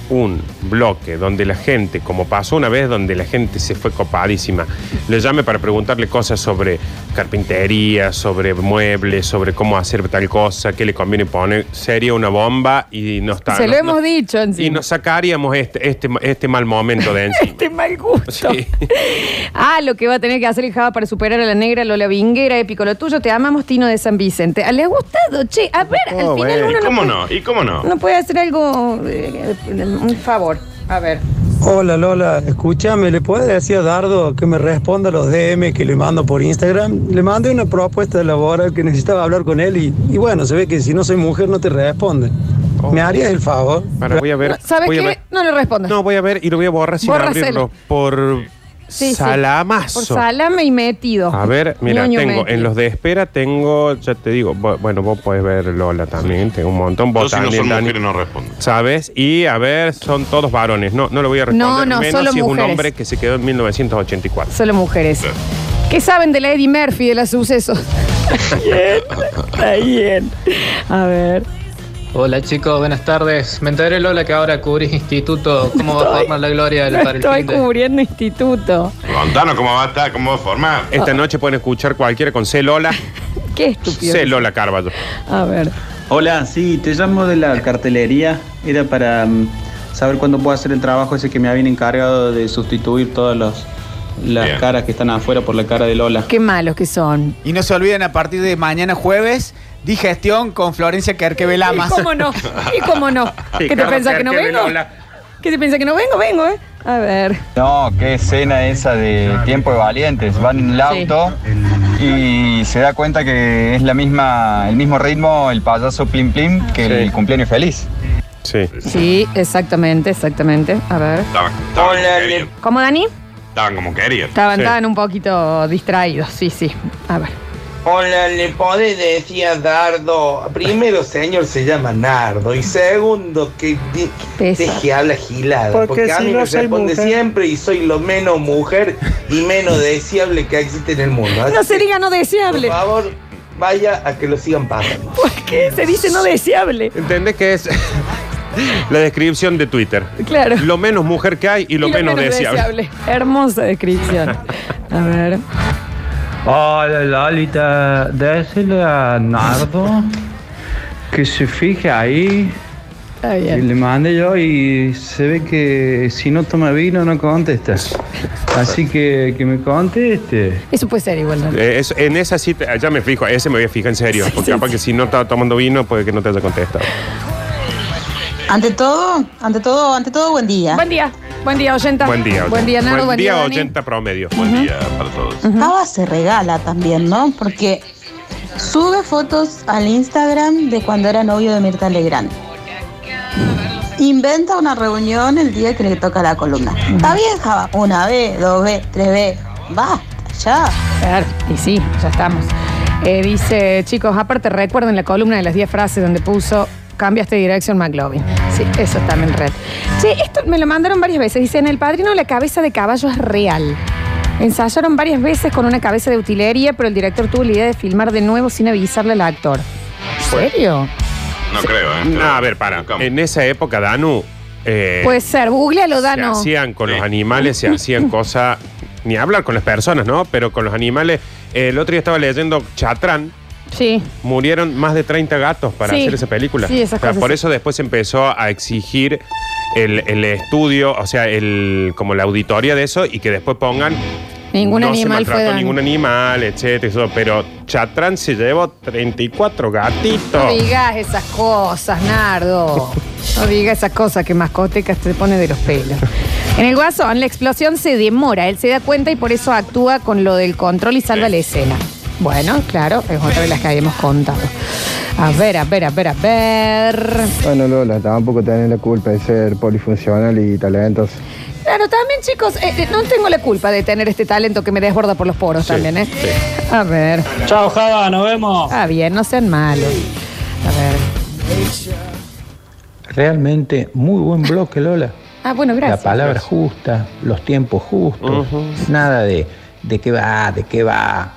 Speaker 1: un bloque donde la gente, como pasó una vez, donde la gente se fue copadísima, le llame para preguntarle cosas sobre carpintería, sobre muebles, sobre cómo hacer tal cosa, qué le conviene poner, sería una bomba y no está.
Speaker 2: se
Speaker 1: no-
Speaker 2: lo hemos
Speaker 1: no-
Speaker 2: dicho encima.
Speaker 1: Y nos sacaríamos este, este, este mal momento de encima.
Speaker 2: Este mal gusto.
Speaker 1: Sí.
Speaker 2: Ah, lo que va a tener que hacer el Java para superar a la negra Lola Vinguera, épico lo tuyo. Te amamos, Tino de San Vicente. Ah, ¿Le ha gustado? Che, a ver, al
Speaker 1: Oh,
Speaker 2: final Ah,
Speaker 1: bueno.
Speaker 2: uno
Speaker 3: ¿Y
Speaker 2: no
Speaker 3: cómo
Speaker 2: puede-
Speaker 3: no? ¿Y cómo no?
Speaker 2: No puede hacer algo, eh, un favor. A ver.
Speaker 12: Hola Lola, escúchame, ¿le puedes decir a Dardo que me responda los DM que le mando por Instagram? Le mandé una propuesta laboral que necesitaba hablar con él y, y bueno, se ve que si no soy mujer no te responde.
Speaker 10: Oh.
Speaker 12: ¿Me harías el favor?
Speaker 1: Para, voy a ver.
Speaker 2: ¿Sabes
Speaker 1: voy a
Speaker 2: qué?
Speaker 1: ver.
Speaker 2: No le respondas.
Speaker 1: No, voy a ver y lo voy a borrar sin
Speaker 2: Borras
Speaker 1: abrirlo.
Speaker 2: el-
Speaker 1: Por
Speaker 2: Sí, sí.
Speaker 1: salamazo.
Speaker 2: Por salame y metido.
Speaker 1: A ver, mira,
Speaker 2: Ñoño
Speaker 1: tengo
Speaker 2: metido.
Speaker 1: en los de espera, tengo, ya te digo, bo- bueno, vos podés ver Lola también, tengo un montón,
Speaker 3: Yo
Speaker 1: vos
Speaker 3: si no
Speaker 1: también,
Speaker 3: son
Speaker 1: Dani,
Speaker 3: mujeres no respondo.
Speaker 1: ¿sabes? Y a ver, son todos varones, no, no lo voy a responder,
Speaker 2: No, no,
Speaker 1: menos
Speaker 2: solo
Speaker 1: si es
Speaker 2: mujeres.
Speaker 1: un hombre que se quedó en 1984.
Speaker 2: Solo mujeres. ¿Qué saben de la Eddie Murphy de los sucesos? Está bien. A ver.
Speaker 13: Hola chicos, buenas tardes. Me enteré Lola que ahora cubrís instituto. ¿Cómo va a formar la gloria del
Speaker 2: Lo
Speaker 13: para el
Speaker 2: estoy
Speaker 13: fin de?
Speaker 2: cubriendo instituto.
Speaker 3: Contanos cómo va a estar, cómo va a formar.
Speaker 1: Esta noche pueden escuchar cualquiera con C Lola,
Speaker 2: Qué Ah. estúpido.
Speaker 1: C Lola Carballo.
Speaker 2: A ver.
Speaker 10: Hola, sí, te llamo de la cartelería. Era para mm, saber cuándo puedo hacer el trabajo ese que me habían encargado de sustituir todas los- las
Speaker 3: Bien.
Speaker 10: caras que están afuera por la cara de Lola.
Speaker 2: Qué malos que son.
Speaker 7: Y no se olviden, a partir de mañana jueves, digestión con Florencia Kerkebelama.
Speaker 2: ¿Y cómo no? ¿Y cómo no? ¿Qué te pensás que no vengo? ¿Qué te pensás que no vengo? Vengo, ¿eh? A ver.
Speaker 10: No, qué escena esa de Tiempo de Valientes. Van en el auto y se da cuenta que es la misma, el mismo ritmo el payaso Plim Plim que el cumpleaños feliz.
Speaker 1: Sí.
Speaker 2: Sí, exactamente, exactamente. A ver.
Speaker 3: Estaban, estaban como querían.
Speaker 2: ¿Cómo, Dani?
Speaker 3: Estaban como querían.
Speaker 2: Estaban,
Speaker 3: Sí.
Speaker 2: estaban un poquito distraídos. Sí, sí. A ver.
Speaker 8: Hola, le podés decir a Dardo. Primero, señor, se llama Nardo. Y segundo, que de-
Speaker 2: pesado.
Speaker 8: deje habla gilada.
Speaker 12: Porque
Speaker 8: Porque, a
Speaker 12: si
Speaker 8: mí
Speaker 12: no
Speaker 8: me
Speaker 12: soy
Speaker 8: responde
Speaker 12: mujer.
Speaker 8: siempre y soy lo menos mujer y menos deseable que existe en el mundo.
Speaker 2: No
Speaker 8: Así
Speaker 2: se
Speaker 8: que,
Speaker 2: diga no
Speaker 8: Por
Speaker 2: deseable.
Speaker 8: favor, vaya a que lo sigan pasando.
Speaker 2: ¿Por qué se dice no deseable?
Speaker 1: ¿Entendés que es la descripción de Twitter?
Speaker 2: Claro.
Speaker 1: Lo menos mujer que hay y lo,
Speaker 2: Y
Speaker 1: menos, deseable.
Speaker 2: Hermosa descripción. A ver.
Speaker 14: Hola Lolita, decirle a Nardo que se fije ahí.
Speaker 2: Está
Speaker 14: Y
Speaker 2: bien.
Speaker 14: le mandé yo y se ve que si no toma vino no contesta. Así que que me conteste.
Speaker 2: Eso puede ser igual. ¿no?
Speaker 1: Eh, es- en esa sí, te- ya me fijo, ese me voy a fijar en serio, porque capaz que si no estaba tomando vino, puede que no te haya contestado.
Speaker 15: Ante todo, ante todo, ante todo, buen día.
Speaker 2: Buen día. Buen día, oyenta.
Speaker 1: Buen día,
Speaker 2: Buen día, Nardo. Buen día, Dani.
Speaker 1: 80 promedio.
Speaker 3: Buen día para todos.
Speaker 15: Java se regala también, ¿no? Porque sube fotos al Instagram de cuando era novio de Mirta Legrand. Inventa una reunión el día que le toca la columna. Está bien, Java. Una vez, dos veces, tres veces. Basta, ya.
Speaker 2: Claro, Y sí, ya estamos. Eh, dice, chicos, aparte recuerden la columna de las 10 frases donde puso cambiaste de dirección McLovin. Sí, eso está en red. Sí, esto me lo mandaron varias veces. Dice, en el padrino la cabeza de caballo es real. Ensayaron varias veces con una cabeza de utilería, pero el director tuvo la idea de filmar de nuevo sin avisarle al actor. ¿En serio?
Speaker 3: No creo, ¿eh?
Speaker 1: No, a ver, para. En esa época, Danu. eh,
Speaker 2: Puede ser, googlealo,
Speaker 1: se
Speaker 2: Dano.
Speaker 1: hacían con los animales, se hacían cosas. Ni hablar con las personas, ¿no? Pero con los animales El otro día estaba leyendo Chatrán.
Speaker 2: Sí.
Speaker 1: Murieron más de 30 gatos para
Speaker 2: Sí.
Speaker 1: hacer esa película.
Speaker 2: Sí, esas
Speaker 1: O sea,
Speaker 2: cosas,
Speaker 1: por
Speaker 2: sí.
Speaker 1: eso después se empezó a exigir el, el estudio, o sea, el, como la auditoría de eso y que después pongan
Speaker 2: Ningún
Speaker 1: no
Speaker 2: animal
Speaker 1: se
Speaker 2: fue
Speaker 1: maltrató
Speaker 2: daño.
Speaker 1: ningún animal, etcétera, y todo, pero Chatrán se llevó 34
Speaker 2: No
Speaker 1: gatitos.
Speaker 2: digas esas cosas, Nardo. No digas esas cosas que mascotecas te pone de los pelos. En el guasón, la explosión se demora. Él se da cuenta y por eso actúa con lo del control y salva la escena. Bueno, claro, es otra de las que habíamos contado. A ver, a ver, a ver, a ver.
Speaker 16: Bueno, Lola, tampoco tenés la culpa de ser polifuncional y talentoso.
Speaker 2: Claro, también, chicos, eh, eh, no tengo la culpa de tener este talento que me desborda por los poros también, ¿eh? A ver.
Speaker 6: Chao, Java, nos vemos.
Speaker 2: Ah, bien, no sean malos. A ver.
Speaker 6: Realmente muy buen bloque, Lola.
Speaker 2: Ah, bueno, gracias.
Speaker 6: La palabra justa, los tiempos justos, nada de de qué va, de qué va.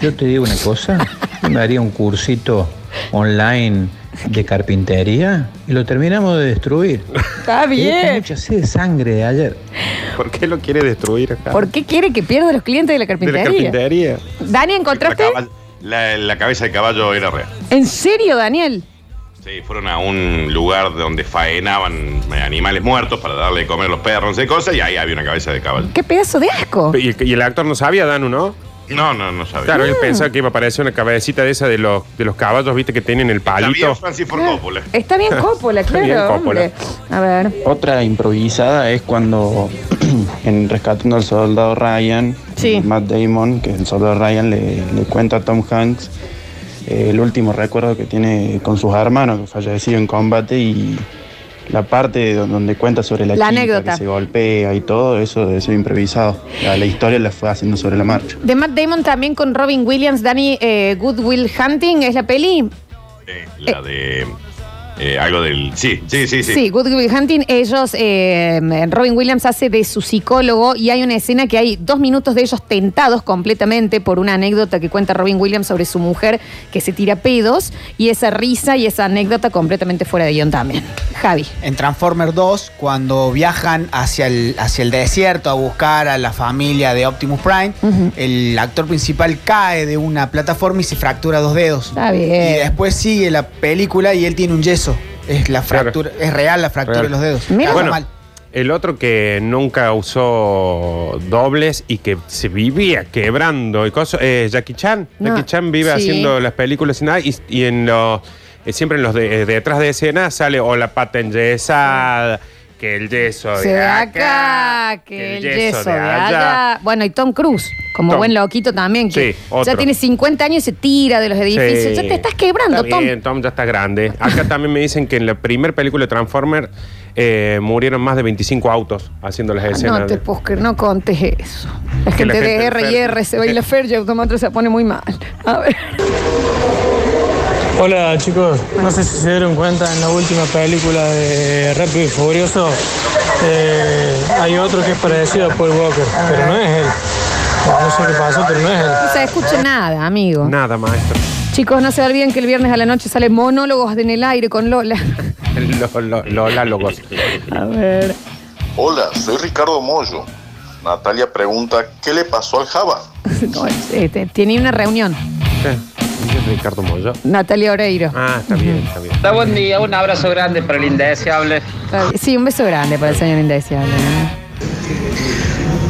Speaker 6: Yo te digo una cosa, yo me haría un cursito online de carpintería y lo terminamos de destruir.
Speaker 2: Está
Speaker 6: Tengo
Speaker 2: bien.
Speaker 6: mucha sed de sangre de ayer.
Speaker 1: ¿Por qué lo quiere destruir acá?
Speaker 2: ¿Por qué quiere que pierda los clientes de la carpintería? Dani, ¿encontraste?
Speaker 3: La, la cabeza de caballo era real.
Speaker 2: ¿En serio, Daniel?
Speaker 3: Sí, fueron a un lugar donde faenaban eh, animales muertos para darle de comer a los perros, no sé cosas, y ahí había una cabeza de caballo.
Speaker 2: ¡Qué pedazo de asco!
Speaker 1: Y, el- y el actor no sabía, Danu, ¿no?
Speaker 3: No, no, no sabía.
Speaker 1: Claro, él
Speaker 2: Mm.
Speaker 3: Ah.
Speaker 1: pensaba que iba a aparecer una cabecita de esa de los, de los caballos, viste, que tienen el palito.
Speaker 3: Había Francis Ford Coppola.
Speaker 2: Ah, Está bien Coppola,
Speaker 1: Está
Speaker 2: claro.
Speaker 1: bien Coppola.
Speaker 2: hombre. A ver.
Speaker 17: Otra improvisada es cuando en Rescatando al Soldado Ryan,
Speaker 2: Sí.
Speaker 17: Matt Damon, que el soldado Ryan le, le cuenta a Tom Hanks eh, el último recuerdo que tiene con sus hermanos que falleció en combate y la parte do- donde cuenta sobre la,
Speaker 2: La
Speaker 17: chica
Speaker 2: anécdota.
Speaker 17: que se golpea y todo eso de ser improvisado. La, la historia la fue haciendo sobre la marcha.
Speaker 2: De Matt Damon también con Robin Williams, Dani eh, Good Will Hunting, ¿es la peli?
Speaker 7: Eh.
Speaker 3: La de. eh, algo del. Sí, sí, sí, sí.
Speaker 2: Sí, Good Will Hunting, ellos, eh, Robin Williams hace de su psicólogo y hay una escena que hay dos minutos de ellos tentados completamente por una anécdota que cuenta Robin Williams sobre su mujer que se tira pedos y esa risa y esa anécdota completamente fuera de guión también. Javi.
Speaker 7: En Transformers 2, cuando viajan hacia el, hacia el desierto a buscar a la familia de Optimus Prime, el actor principal cae de una plataforma y se fractura dos dedos.
Speaker 2: Está bien.
Speaker 7: Y después sigue la película y él tiene un yeso. Es la fractura, es real la fractura
Speaker 1: Real.
Speaker 7: de los dedos. Está
Speaker 1: Bueno,
Speaker 7: mal.
Speaker 1: el otro que nunca usó dobles y que se vivía quebrando y cosas, eh, Jackie Chan.
Speaker 18: No.
Speaker 1: Jackie Chan vive
Speaker 18: Sí.
Speaker 1: haciendo las películas y nada, y, y en los eh, siempre en los de- eh, detrás de escena sale o la pata enyesada, que el yeso
Speaker 2: Se
Speaker 1: de
Speaker 2: ve
Speaker 1: acá.
Speaker 2: acá, que el yeso, de allá.
Speaker 1: allá.
Speaker 2: Bueno, y Tom Cruise, como
Speaker 1: Tom.
Speaker 2: buen loquito también, que
Speaker 1: Sí, otro.
Speaker 2: ya tiene 50 años y se tira de los edificios.
Speaker 1: Sí.
Speaker 2: Ya te estás quebrando,
Speaker 1: Está
Speaker 2: Tom.
Speaker 1: bien, Tom ya está grande. Acá también me dicen que en la primera película de Transformer eh, murieron más de 25 autos haciendo las escenas.
Speaker 2: Ah, No te puedo creer, no contes eso. La
Speaker 1: Que la
Speaker 2: gente de
Speaker 1: gente Eh.
Speaker 2: R y R se baila fer y automático se pone muy mal. A ver.
Speaker 6: Hola chicos, no sé si se dieron cuenta en la última película de Rápido y Furioso eh, hay otro que es parecido a Paul Walker, pero no es él. No sé qué pasó, pero no es él.
Speaker 2: No se escucha nada, amigo.
Speaker 1: Nada, maestro.
Speaker 2: Chicos, no se olviden que el viernes a la noche sale monólogos en el aire con Lola.
Speaker 1: Lo- lo- Lolálogos.
Speaker 2: A ver.
Speaker 19: Hola, soy Ricardo Mollo. Natalia pregunta, ¿qué le pasó al Java?
Speaker 2: No, este, tiene una reunión.
Speaker 1: Ricardo Mollo.
Speaker 2: Natalia Oreiro.
Speaker 1: Ah, está bien, está bien.
Speaker 20: Buen día, un abrazo grande para el indeseable.
Speaker 2: Sí, un beso grande para el señor Indeseable. ¿no?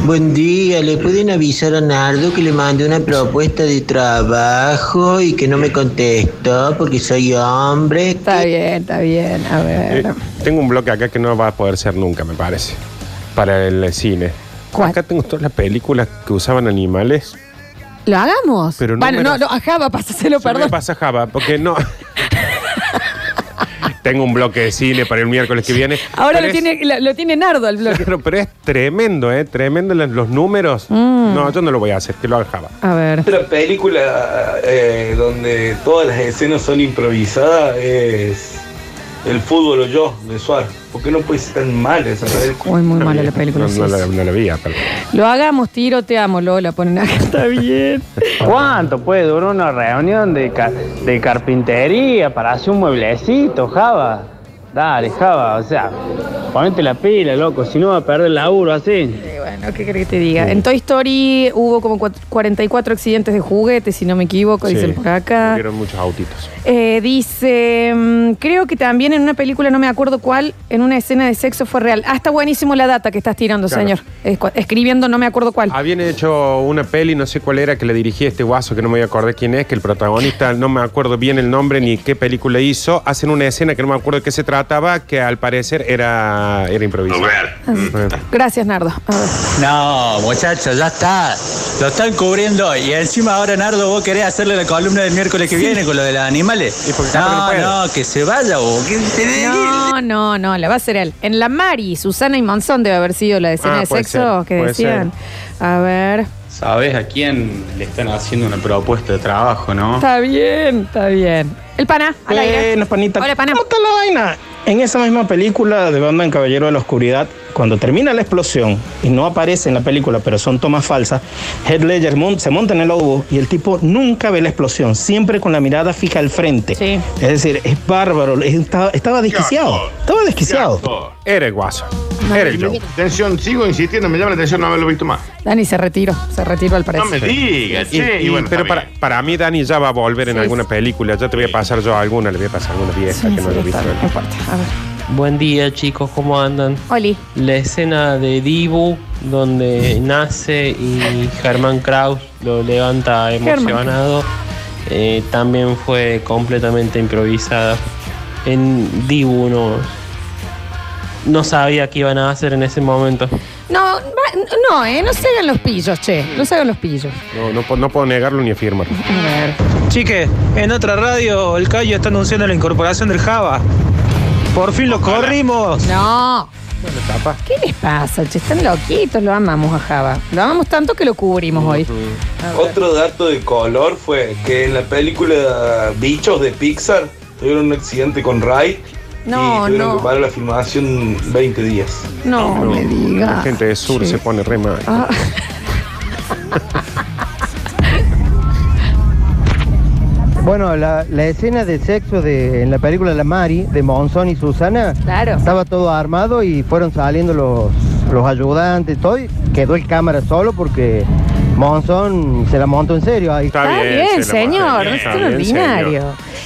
Speaker 21: Buen día, ¿le pueden avisar a Nardo que le mandé una propuesta de trabajo y que no me contestó porque soy hombre?
Speaker 2: Está bien, está bien. A ver.
Speaker 1: Eh, tengo un bloque acá que no va a poder ser nunca, me parece. Para el cine. Acá tengo todas las películas que usaban animales.
Speaker 2: ¿Lo hagamos?
Speaker 1: Pero
Speaker 2: bueno, no,
Speaker 1: números-
Speaker 2: no, a Java, pásaselo,
Speaker 1: Se me
Speaker 2: perdón.
Speaker 1: pasa Java? Porque no. tengo un bloque de cine para el miércoles que viene.
Speaker 2: Ahora
Speaker 1: Pero
Speaker 2: lo
Speaker 1: es-
Speaker 2: tiene, lo, lo tiene Nardo al bloque.
Speaker 1: Claro, pero es tremendo, ¿eh? Tremendo los, los números.
Speaker 2: Mm.
Speaker 1: No, yo no lo voy a hacer, que lo haga Java.
Speaker 2: A ver.
Speaker 8: Otra película eh, donde todas las escenas son improvisadas es El fútbol o yo, de Suárez. ¿Por qué no puede ser tan mal esa película?
Speaker 2: Uy, muy mala la película.
Speaker 1: No,
Speaker 2: sí,
Speaker 1: no
Speaker 2: sí.
Speaker 1: la, no la vi, ah, aparte.
Speaker 2: Lo hagamos, tiro, te amo, Lola. Ponen acá, está bien.
Speaker 6: ¿Cuánto puede durar una reunión de, ca- de carpintería para hacer un mueblecito, Java? Dale, Java, o sea, ponete la pila, loco, si no va a perder el laburo así.
Speaker 2: Bueno, ¿qué querés que te diga? En Toy Story hubo como cuat- 44 accidentes de juguetes, si no me equivoco, dicen
Speaker 1: Sí,
Speaker 2: por acá.
Speaker 1: Murieron muchos autitos.
Speaker 2: Eh, dice, mm, creo que también en una película, no me acuerdo cuál, en una escena de sexo fue real. Ah, está buenísimo la data que estás tirando,
Speaker 1: Claro.
Speaker 2: señor. Escu- Escribiendo, no me acuerdo cuál.
Speaker 22: Ah.
Speaker 1: Habían hecho una peli, no sé cuál era, que le dirigía este guaso, que no me voy a acordar quién es, que el protagonista, no me acuerdo bien el nombre ni qué película hizo, hacen una escena que no me acuerdo de qué se trataba, que al parecer era, era improvisada.
Speaker 7: Ah,
Speaker 1: Eh.
Speaker 2: Gracias, Nardo. A ver.
Speaker 23: No, muchachos, ya está. Lo están cubriendo. Y encima ahora, Nardo, vos querés hacerle la columna del miércoles que
Speaker 2: Sí.
Speaker 23: viene con lo de los animales.
Speaker 2: capaz
Speaker 23: No,
Speaker 2: que no
Speaker 23: no, que se vaya vos. que-
Speaker 2: No, no, no, la va a ser él. En la Mari, Susana y Monzón debe haber sido la escena
Speaker 22: Ah,
Speaker 2: de
Speaker 22: puede
Speaker 2: sexo
Speaker 22: ser,
Speaker 2: que
Speaker 22: puede
Speaker 2: decían. A ver.
Speaker 22: ¿Sabes a quién le están haciendo una propuesta de trabajo, no?
Speaker 2: Está bien, está bien. El pana, al aire.
Speaker 7: Bueno, panita.
Speaker 2: Hola, pana.
Speaker 7: ¿Cómo está la vaina? En esa misma película de Batman Caballero de la Oscuridad, cuando termina la explosión y no aparece en la película, pero son tomas falsas, Heath Ledger mon- se monta en el lobo y el tipo nunca ve la explosión, siempre con la mirada fija al frente. Es decir, es bárbaro, es- estaba, estaba desquiciado, estaba desquiciado.
Speaker 1: Era el guaso.
Speaker 3: Era el yo. Atención, sigo insistiendo, me llama la atención no haberlo visto más.
Speaker 2: Dani se retiró, se retiró al parecer.
Speaker 3: me digas,
Speaker 1: Y-
Speaker 3: che,
Speaker 1: y-
Speaker 3: y bueno,
Speaker 1: pero
Speaker 3: está
Speaker 1: para, para mí Dani ya va a volver en
Speaker 2: Sí,
Speaker 1: alguna
Speaker 2: sí.
Speaker 1: película. Yo te voy a pasar yo alguna, le voy a pasar alguna vieja
Speaker 2: Sí,
Speaker 1: que no
Speaker 2: sí,
Speaker 1: lo he visto.
Speaker 2: está bien, no importa. A ver.
Speaker 8: Buen día chicos, ¿cómo andan?
Speaker 2: Oli.
Speaker 8: La escena de Dibu donde nace y Germán Kraus lo levanta emocionado eh, también fue completamente improvisada. En Dibu no, no sabía qué iban a hacer en ese momento.
Speaker 2: No, va- no, eh, no se hagan los pillos, che. No se hagan los pillos.
Speaker 1: No, no, po- no puedo negarlo ni afirmarlo.
Speaker 2: A ver.
Speaker 18: Chique, en otra radio el Cayo está anunciando la incorporación del Java. Por fin lo corrimos.
Speaker 2: No. ¿Qué les pasa? Che, están loquitos, lo amamos a Java. Lo amamos tanto que lo cubrimos hoy.
Speaker 4: Otro dato de color fue que en la película Bichos de Pixar tuvieron un accidente con Ray
Speaker 2: No,
Speaker 4: y tuvieron
Speaker 2: no.
Speaker 4: que parar la filmación 20 días.
Speaker 2: No, me
Speaker 1: La
Speaker 2: digas.
Speaker 1: gente de sur se pone re mal.
Speaker 2: Ah.
Speaker 24: Bueno, la, la escena de sexo de, en la película La Mari, de Monzón y Susana,
Speaker 2: Claro.
Speaker 24: estaba todo armado y fueron saliendo los, los ayudantes, todo, y quedó el cámara solo porque Monzón se la montó en serio ahí.
Speaker 2: Está bien, señor. no es tan ordinario.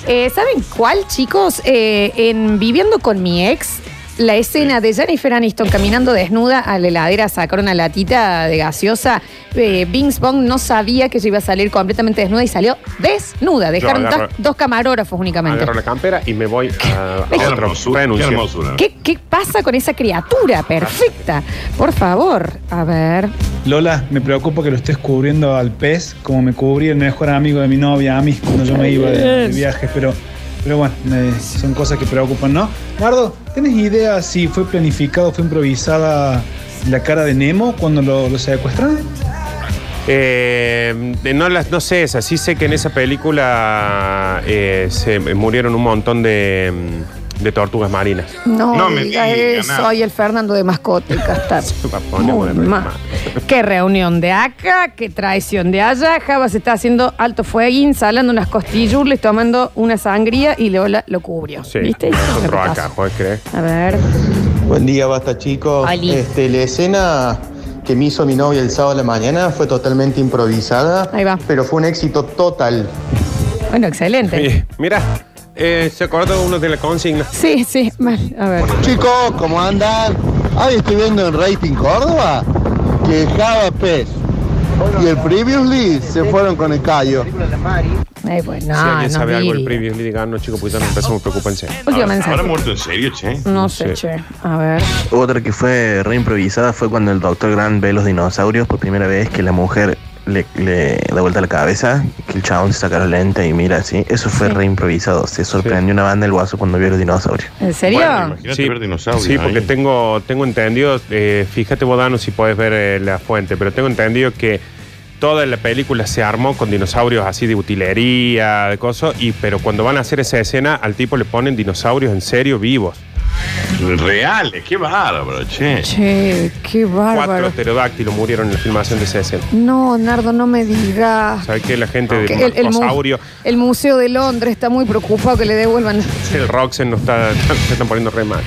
Speaker 2: Eh, ¿Saben cuál, chicos? Eh, en Viviendo con mi ex, la escena de Jennifer Aniston caminando desnuda a la heladera a sacar una latita de gaseosa. Eh, Vince Vaughn no sabía que ella iba a salir completamente desnuda y salió desnuda. Dejaron
Speaker 1: Yo agarro-
Speaker 2: dos, dos camarógrafos únicamente.
Speaker 1: Agarro la campera y me voy a, a
Speaker 2: Qué
Speaker 1: otro renuncio.
Speaker 2: ¿Qué, ¿Qué pasa con esa criatura perfecta? Por favor, a ver.
Speaker 25: Lola, me preocupa que lo estés cubriendo al pez como me cubrí el mejor amigo de mi novia, a mí, cuando yo me iba de, de viaje, pero, pero bueno, me- son cosas que preocupan, ¿no? Nardo, ¿tienes idea si fue planificado, fue improvisada la cara de Nemo cuando lo, lo secuestran?
Speaker 1: Eh, de- no, las, no sé esa, sí sé que en esa película eh, se murieron un montón de, mm, de tortugas marinas.
Speaker 2: No,
Speaker 1: No me
Speaker 2: me digas
Speaker 1: diga
Speaker 2: eso.
Speaker 1: nada.
Speaker 2: Soy el Fernando de Mascótica. Está
Speaker 1: Va a poner
Speaker 2: muy
Speaker 1: una-
Speaker 2: mal. Qué reunión de acá, qué traición de allá. Java se está haciendo alto fueguín, salando unas costillules, tomando una sangría y Lola lo cubrió.
Speaker 1: Sí,
Speaker 2: ¿Viste?
Speaker 1: nosotros acá, ¿puedes creer?
Speaker 2: A ver.
Speaker 26: Buen día, basta chicos.
Speaker 2: Oli.
Speaker 26: Este, la escena que me hizo mi novia el sábado a la mañana fue totalmente improvisada. Pero fue un éxito total.
Speaker 2: Bueno, excelente.
Speaker 1: Mira, eh, se acordó uno de la consigna.
Speaker 2: Sí, sí, mal. A ver.
Speaker 26: Chicos, ¿cómo andan? Ahí estoy viendo en Rating Córdoba que Java Pez y el Previously se fueron con el callo.
Speaker 2: Ay, bueno,
Speaker 1: si alguien
Speaker 2: no,
Speaker 1: sabe algo del
Speaker 2: Viri.
Speaker 1: previously, digan, no, chicos, pues ya nos empezamos a preocupar en serio.
Speaker 2: Último mensaje.
Speaker 3: ¿Habrá muerto en serio, che?
Speaker 2: No sé, che. A ver.
Speaker 6: Otra que fue reimprovisada fue cuando el doctor Grant ve los dinosaurios por primera vez que la mujer le, le da vuelta la cabeza, que el chabón se saca la lente y mira así. Eso fue reimprovisado. Se sorprendió una banda el guaso cuando vio los dinosaurios.
Speaker 2: ¿En serio?
Speaker 1: sí, Sí, porque tengo, tengo entendido, eh, fíjate vos, Danu, si podés ver eh, la fuente, pero tengo entendido que toda la película se armó con dinosaurios así de utilería, de cosas, y, pero cuando van a hacer esa escena, al tipo le ponen dinosaurios en serio vivos.
Speaker 3: Reales, qué bárbaro, che.
Speaker 2: Che, qué
Speaker 1: Cuatro
Speaker 2: bárbaro.
Speaker 1: pterodáctilos murieron en la filmación de esa escena.
Speaker 2: No, Nardo, no me digas.
Speaker 1: ¿Sabes qué? La gente
Speaker 2: Que
Speaker 1: de
Speaker 2: el- el mu-
Speaker 1: dinosaurio,
Speaker 2: El Museo de Londres está muy preocupado que le devuelvan.
Speaker 1: el Roxen no está, se están poniendo re mal.